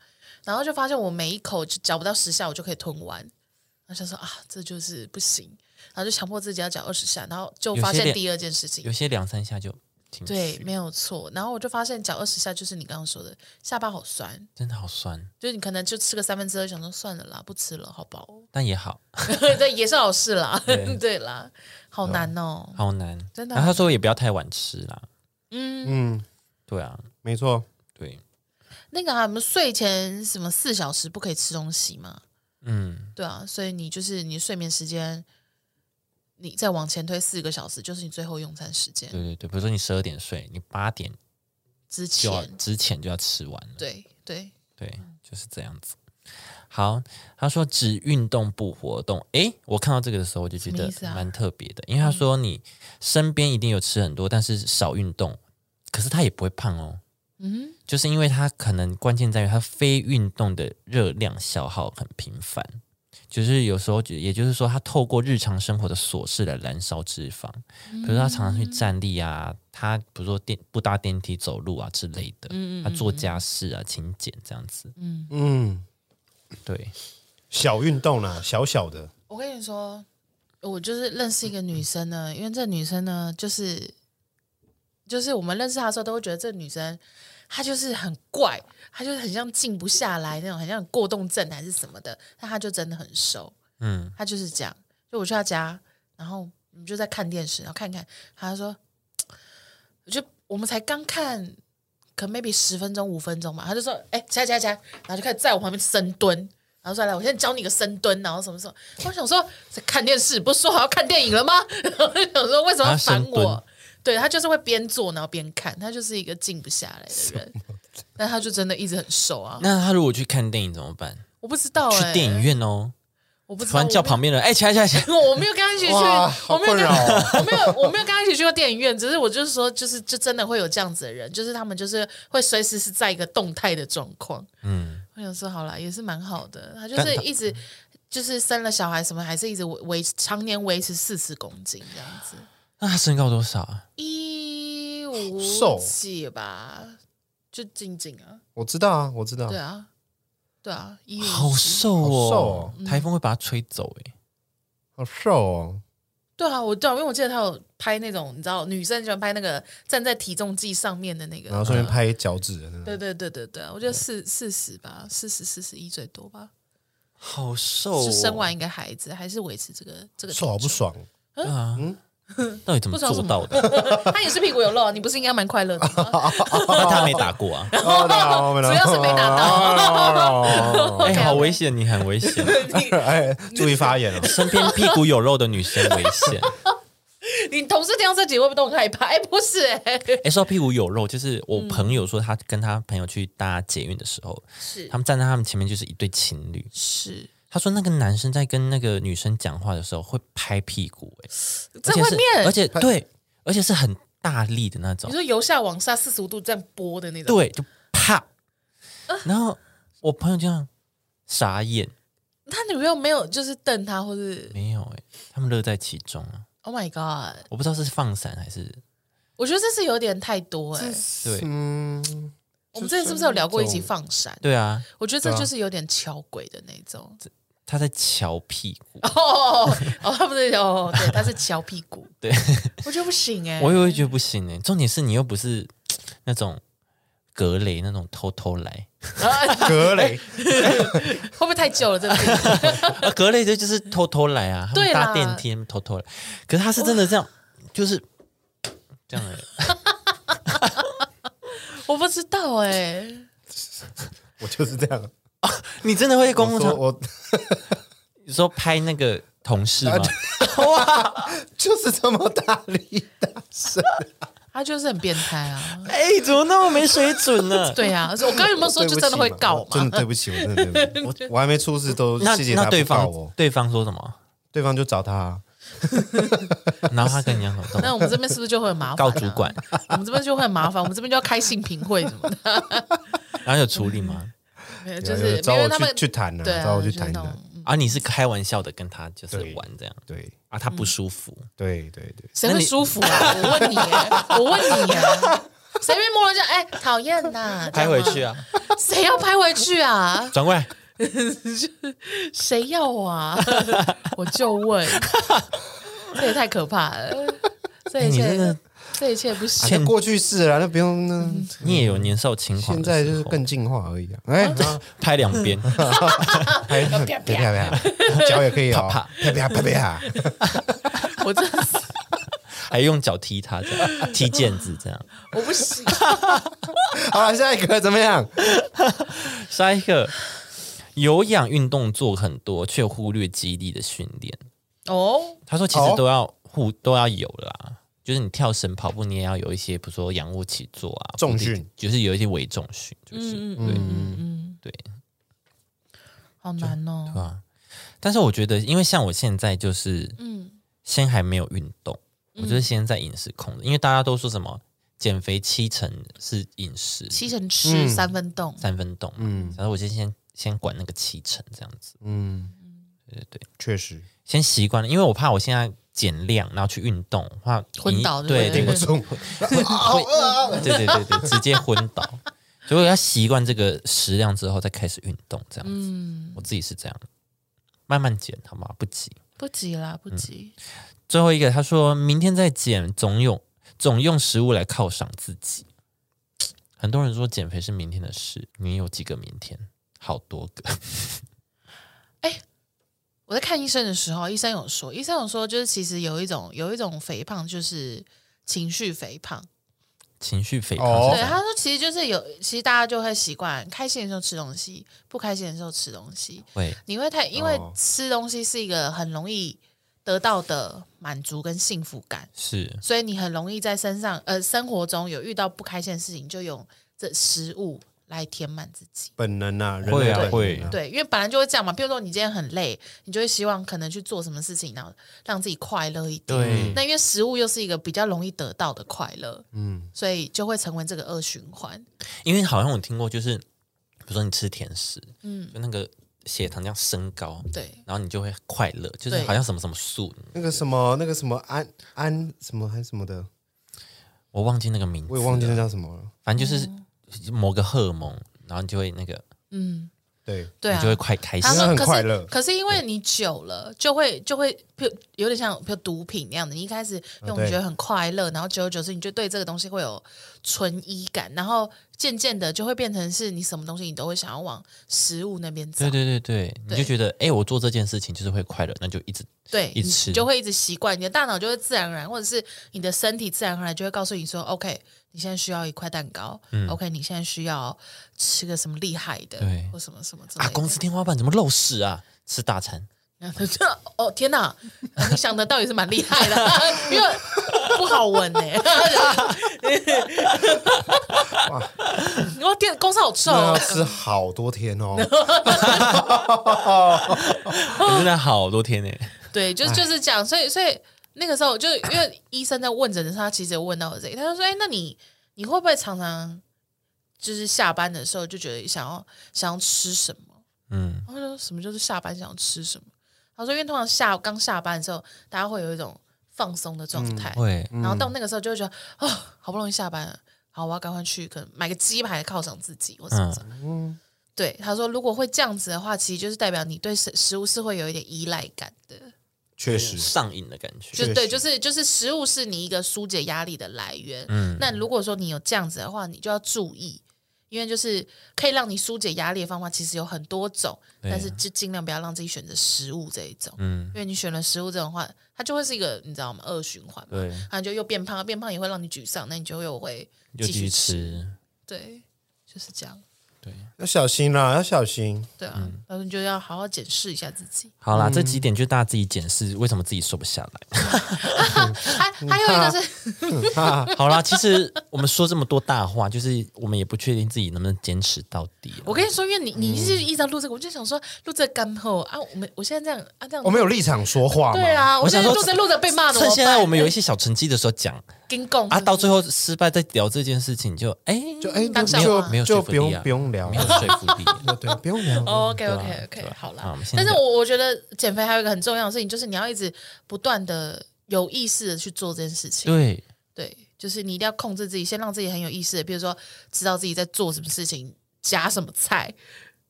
然后就发现我每一口就嚼不到十下，我就可以吞完。然后想说啊，这就是不行，然后就强迫自己要嚼二十下，然后就发
有些
现
练
第二件事情
有，些两三下就进去，
对，没有错。然后我就发现嚼二十下就是你刚刚说的，下巴好酸，
真的好酸，
就是你可能就吃个三分之二，想说算了啦，不吃了，好 [laughs] 饱、哦。
但也好
对，也是好事啦， [laughs]
对
对啦，好难哦。
好难。
真的
然后他说也不要太晚吃啦。
嗯，
对啊，
没错，
对，
那个啊，我们睡前什么四小时不可以吃东西吗？
嗯，
对啊，所以你就是你睡眠时间，你再往前推四个小时，就是你最后用餐时间
对对对，比如说你十二点睡，你八点
之
就要
前。
之前就要吃完了。
对对，
对，
嗯
就是这样子。好，他说只运动不活动。诶，我看到这个的时候，我就觉
什么
得
意思啊
蛮特别的，因为他说你身边一定有吃很多，但是少运动，可是他也不会胖哦。
嗯，
就是因为他可能关键在于他非运动的热量消耗很频繁，就是有时候就也就是说他透过日常生活的琐事来燃烧脂肪，比如说他常常去站立啊，他比如说电不搭电梯走路啊之类的，
嗯
他做家事啊勤俭这样子，
嗯，
对，
小运动啦，小小的，
我跟你说，我就是认识一个女生呢，因为这女生呢，就是就是我们认识她的时候，都会觉得这女生她就是很怪，她就是很像静不下来那种，很像过动症还是什么的，但她就真的很瘦。
嗯，
他就是这样。就我去他家，然后我们就在看电视，然后看一看，他说，我就我们才刚看，可能 maybe 十分钟五分钟吧，他就说，哎、起来起来起来，然后就开始在我旁边深蹲。然后说来，我现在教你个深蹲，然后什么什么。我想说，在看电视，不是说好要看电影了吗？ [laughs] 然后就想说，为什么
他
要烦
深
我
蹲？
对他就是会边做然后边看，他就是一个静不下来的人。但他就真的一直很瘦啊，
那他如果去看电影怎么办？
我不知道哎、
去电影院哦，
我不知
突
道
然叫
我没有
旁边人，哎、起来起来起
[laughs]
来，
我我没有跟他一起去，
哇好
我没有跟
困扰哦
他，我没有，我没有跟他一起去过电影院，只是我就是说，就是就真的会有这样子的人，就是他们就是会随时是在一个动态的状况。
嗯，
我想说，好啦，也是蛮好的，他就
但
是
他
一直就是生了小孩什么，还是一直维维持常年维持四十公斤这样子，
那他身高多少啊？
一五
瘦
几吧，就静静啊，
我知道啊，我知道
对，啊，对啊，一五
好
几
瘦哦，
好瘦哦
嗯
台风会把他吹走哎、
好瘦哦，
对啊，我知道，因为我记得他有拍那种，你知道，女生喜欢拍那个站在体重计上面的那个，
然后顺便拍脚趾的那种，
嗯对对对对对，我觉得四四十吧，四十四十一最多吧，
好瘦、哦，
是生完一个孩子还是维持这个这个
瘦好不
体
爽，
对啊，到底怎么
不知道
做
怎么
到的？
重？他也是屁股有肉，啊你不是应该蛮快乐的
[laughs]
吗？
那他没打过
[laughs]
啊？
[laughs] 主要是没打
到，
哎、
OK，OK
好危险，你很危险。
[laughs]
[laughs]
哎，注意
[laughs]
发言哦，
身边屁股有肉的女生危险。
你同事听到这集会不会都很害怕？哎，不是哎、
哎、说到屁股有肉，就是我
嗯
朋友说，他跟他朋友去搭捷运的时候，
是
他们站在他们前面就是一对情侣。
是
他说那个男生在跟那个女生讲话的时候会拍屁股、哎，
在
而且
外
是
面，
而且对，而且是很大力的那种
你，说由下往下四十五度这样拨的那种，
对，就啪。
呃
然后我朋友这样傻眼，
他女朋友没有就是瞪他，或是
没有哎、他们乐在其中啊。
Oh my God，
我不知道是放闪还是
我觉得这是有点太多哎、
对
嗯，
我们之前是不是有聊过一起
这种
放闪？
对啊，
我觉得这
对啊
就是有点敲鬼的那种。
他在瞧屁股。
哦哦，他不是哦，对，他是敲屁股。
对，
我觉得不行哎、
我也会觉得不行哎、重点是你又不是那种格雷那种偷偷来，
啊
格雷，
会不会太久了？这个
啊、格雷这就是偷偷来啊，他
对
们
啦
搭电梯他们偷偷来，可是他是真的这样，就是这样的人，
我不知道哎、
我就是这
[laughs]
样，
你真的会公
我
共
说
场
我 [laughs]
你说拍那个
啊
同事吗？
[laughs]
哇，就是这么大力大声，
他他就是很变态啊。
哎，怎么那么没水准
[laughs]
呢？
对啊，我刚刚有没有说就真的会告
真
嘛？
的对不起，我真的对不起，我我还没出事
[laughs]
都
那
谢谢
那
他
对
不告
方
我，
对方说什么？
对方就找他，
然后他跟你讲什么干嘛？
那我们这边是不是就会很麻烦、
告主，管，
我们这边就会很麻烦，我们这边就要开性评会什么的，
然后有处理吗？
没有
有
就
有
是
找
因为
我
他们
去去谈呢，
对啊，
找我去
就是
谈
那
的
种，
啊，你是开玩笑的跟他就是
对
玩这样
嗯对
啊，他不舒 [laughs] 服，
对对对，
谁
那
会
你
舒服啊？我问你
[laughs]
耶，我问你耶，谁会摸人家？哎，讨厌呐！
拍回去
啊！
啊，
谁要拍回去啊？
转过来，
谁要啊？ [laughs] 我就问，这也太可怕了！这一
你
切，
真的
这一切
[laughs]
不行。
那过去式啊了，那不用那。
嗯
你也有年少轻狂的
现
时候，
在就是更进化而已啊！哎，
[laughs]
哦
拍两边，
拍啪啪啪啪， [laughs] 脚也可以哦，
啪
啪啪啪啪，
我真的是，
还用脚踢他这样，踢毽子这样。
我不行。
好了，下一个怎么样？
下一个，有氧运动做很多，却忽略肌力的训练。
哦，
他说其
哦
实都要互、都要有啦，就是你跳绳、跑步，你也要有一些，比如说仰卧起坐啊，
重
或者
训
就是有一些微重训，就是、
嗯
对、
嗯嗯，
对
好难哦。
啊。但是我觉得，因为像我现在就是
嗯，
先还没有运动，我就是先在饮食控制，因为大家都说什么减肥七成是饮食，
七成吃，三分动。
嗯三分动，嗯，然后我就先先管那个七成这样子，
嗯，
对对对，
确实
先习惯了，因为我怕我现在减量，然后去运动，怕
昏
你
倒
对
对不对
对
顶
对
不住，好饿啊！
对对对
[laughs]
对，直接昏倒，所以我要习惯这个食量之后再开始运动，这样子，
嗯，
我自己是这样，慢慢减，好吗？不急。
不急啦，不急。
最后一个，他说明天再减，总用总用食物来犒赏自己。很多人说减肥是明天的事，你有几个明天？好多个， [laughs]
我在看医生的时候，医生有说，医生有说，就是其实有一种有一种肥胖，就是情绪肥胖。
情绪肥胖
哦
是这
对，
样。
他说其实就是有，其实大家就会习惯开心的时候吃东西，不开心的时候吃东西。
会
你会太因为
哦
吃东西是一个很容易得到的满足跟幸福感，
是
所以你很容易在身上呃生活中有遇到不开心的事情，就用这食物来填满自己。
本能啊，人
会
类
啊
本能
会
对，因为本来就会这样嘛。比如说你今天很累，你就会希望可能去做什么事情，然后让自己快乐一点。
对
那因为食物又是一个比较容易得到的快乐，
嗯，
所以就会成为这个恶循环。
因为好像我听过，就是比如说你吃甜食，
嗯，
就那个血糖这样升高，
对，
然后你就会快乐，就是
对
好像什么什么素，
那个什么那个什么安安什么还什么的，
我忘记那个名字，
我也忘记那，叫什么了。
反正
哦
就是某个荷尔蒙，然后你就会那个，
嗯， [laughs]
对，
对
你
啊
就。会快开心
他。
因
说
为很
可是
快乐
可是因为你久了，就会就会，比如有点像，比如毒品那样的。你一开始
哦
用
对
你觉得很快乐，然后久而久之，你就对这个东西会有存疑感，然后渐渐的就会变成是你什么东西你都会想要往食物那边走
对。对对对，你就
对
觉得哎、我做这件事情就是会快乐，那就一直
对，
一
你
吃
就会一直习惯，你的大脑就会自然而然，或者是你的身体自然而然就会告诉你说，OK，你现在需要一块蛋糕、o k 你现在需要吃个什么厉害的
嗯对，
或什么什么之类
啊，
的。
公司天花板怎么漏屎啊？吃大餐，
然后 [laughs] 就哦天哪，你想的倒也是蛮厉害的， [laughs] 因为不好
[laughs]
闻呢、
哇，
哇，天，公司好臭、
那要
哦。
吃好多
[laughs]
天哦。
我真的好多天呢、
对，就就是这样。所以，所以那个时候，就因为医生在问诊的时候，他其实有问到我这里，他就说：“哎、那你你会不会常常就是下班的时候就觉得想要想要吃什么？”
嗯，
然后就说什么就是下班想要吃什么？他说：“因为通常下刚下班的时候，大家会有一种放松的状态，
会，
然后到那个时候就会觉得啊、好不容易下班了，好，我要赶快去可能买个鸡排犒赏自己或什么什么。对，他说如果会这样子的话，其实就是代表你对食食物是会有一点依赖感的。
确
有
实，
上瘾的感觉。
就
确
对，
实
就是就是食物是你一个疏解压力的来源。那如果说你有这样子的话，你就要注意，因为就是可以让你疏解压力的方法其实有很多种，
对啊
但是就尽量不要让自己选择食物这一种。因为你选了食物这种话，它就会是一个你知道吗？恶循环嘛，
对，
然后就又变胖，变胖也会让你沮丧，那你就又会
又
继
继续
续吃。
吃。
对，就是这样。
对，
要小心啦，要小心。
对啊，然后你就要好好检视一下自己。
好啦，这几点就大家自己检视，为什么自己瘦不下来？
还还有一个是，
哈，
[laughs] 好啦，其实我们说这么多大话，就是我们也不确定自己能不能坚持到底啊。
我跟你说，因为你你一直一直在录这个，我就想说录这个干后啊，我们我现在这样啊这样，
我们有立场说话嘛？
对啊，
我
我
想
现在
说
录着录着被骂的，
趁现在我们有一些小成绩的时候讲
跟供
啊，到最后失败再聊这件事情就，哎
就哎，
当
就
下
就
话
没有
就
说服
不
力
用
啊
不用聊
没，有说服力。 [laughs]
对，不用聊。
OK
对啊
OK
对
OK，
啊
好
好我
啦
们。现在
但是我我觉得减肥还有一个很重要的事情，就是你要一直不断的有意识的去做这件事情。
对，
对，就是你一定要控制自己，先让自己很有意识的，比如说知道自己在做什么事情，夹什么菜，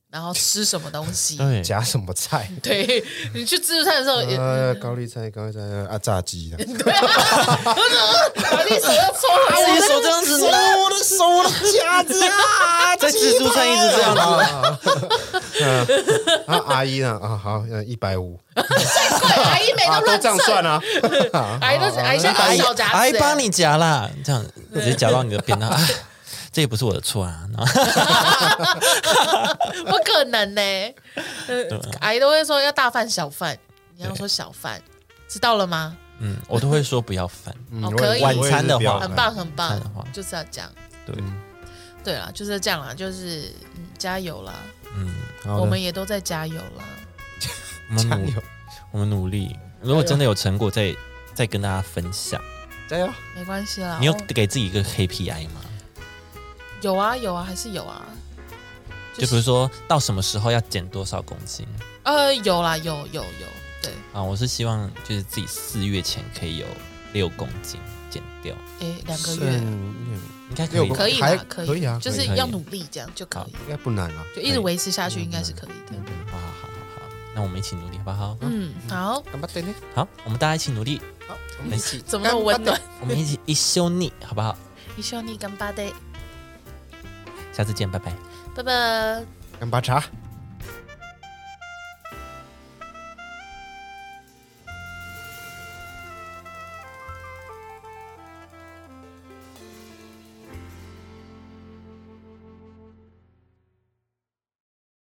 然后吃什么东西。
对，
夹什么菜？
对 [laughs] 你去自助餐的时候，也 [laughs]
呃，高丽菜，高丽菜呃啊，炸鸡的。
[laughs] 把自己手要抽
自
回来。
己手这样子，我的手，我的夹子啊，在自助餐一直这样子。
啊，嗯啊阿姨呢？啊，好，一百五
对，阿姨每
啊，
都
都
乱
这样
蹭，
算啊。
阿姨都是阿姨现在
啊阿
都
姨
是小夹子，
阿姨帮你夹啦，这样直接夹到你的边啊，哎这也不是我的错啊。然后
不可能
[laughs]
呢、
啊
呃阿姨都会说要大饭小饭，你要说小饭，知道了吗？
嗯，我都会说不要烦。
嗯
哦
我
可以
也我也
晚餐的
是不要
话
很
买
棒，很棒
看的话，
就是要这样。
对，
对啦，就是这样啦，就是、嗯、加油啦，
嗯
好的
我们也都在加油啦。
我们
加
努
油，
我们努力，如果真的有成果，再再跟大家分享。
加油！
没关系啦，
你有
哦
给自己一个 KPI 吗？
有啊有啊，还是有啊。
就比如说到什么时候要减多少公斤
呃，有啦，有有有，对，
啊？我是希望就是自己四月前可以有六公斤减掉，
诶，两个月
嗯
应该可
六
以吧。
公
可以
还
啦，
可以
以
啊
就
可
是
以可以
要努力这样就可以，
应该不难啊。
就一直维持下
嗯
去，应该是可以的。
好啊好好好好，那我们一起努力好不好？
嗯，好，
干巴爹呢？
好，我们大家一起努力，
好，
我们一起，
怎么那么温暖？
我们一起一休你好不好？
一緒に干巴的，
下次见，拜拜。
拜拜。
干巴茶。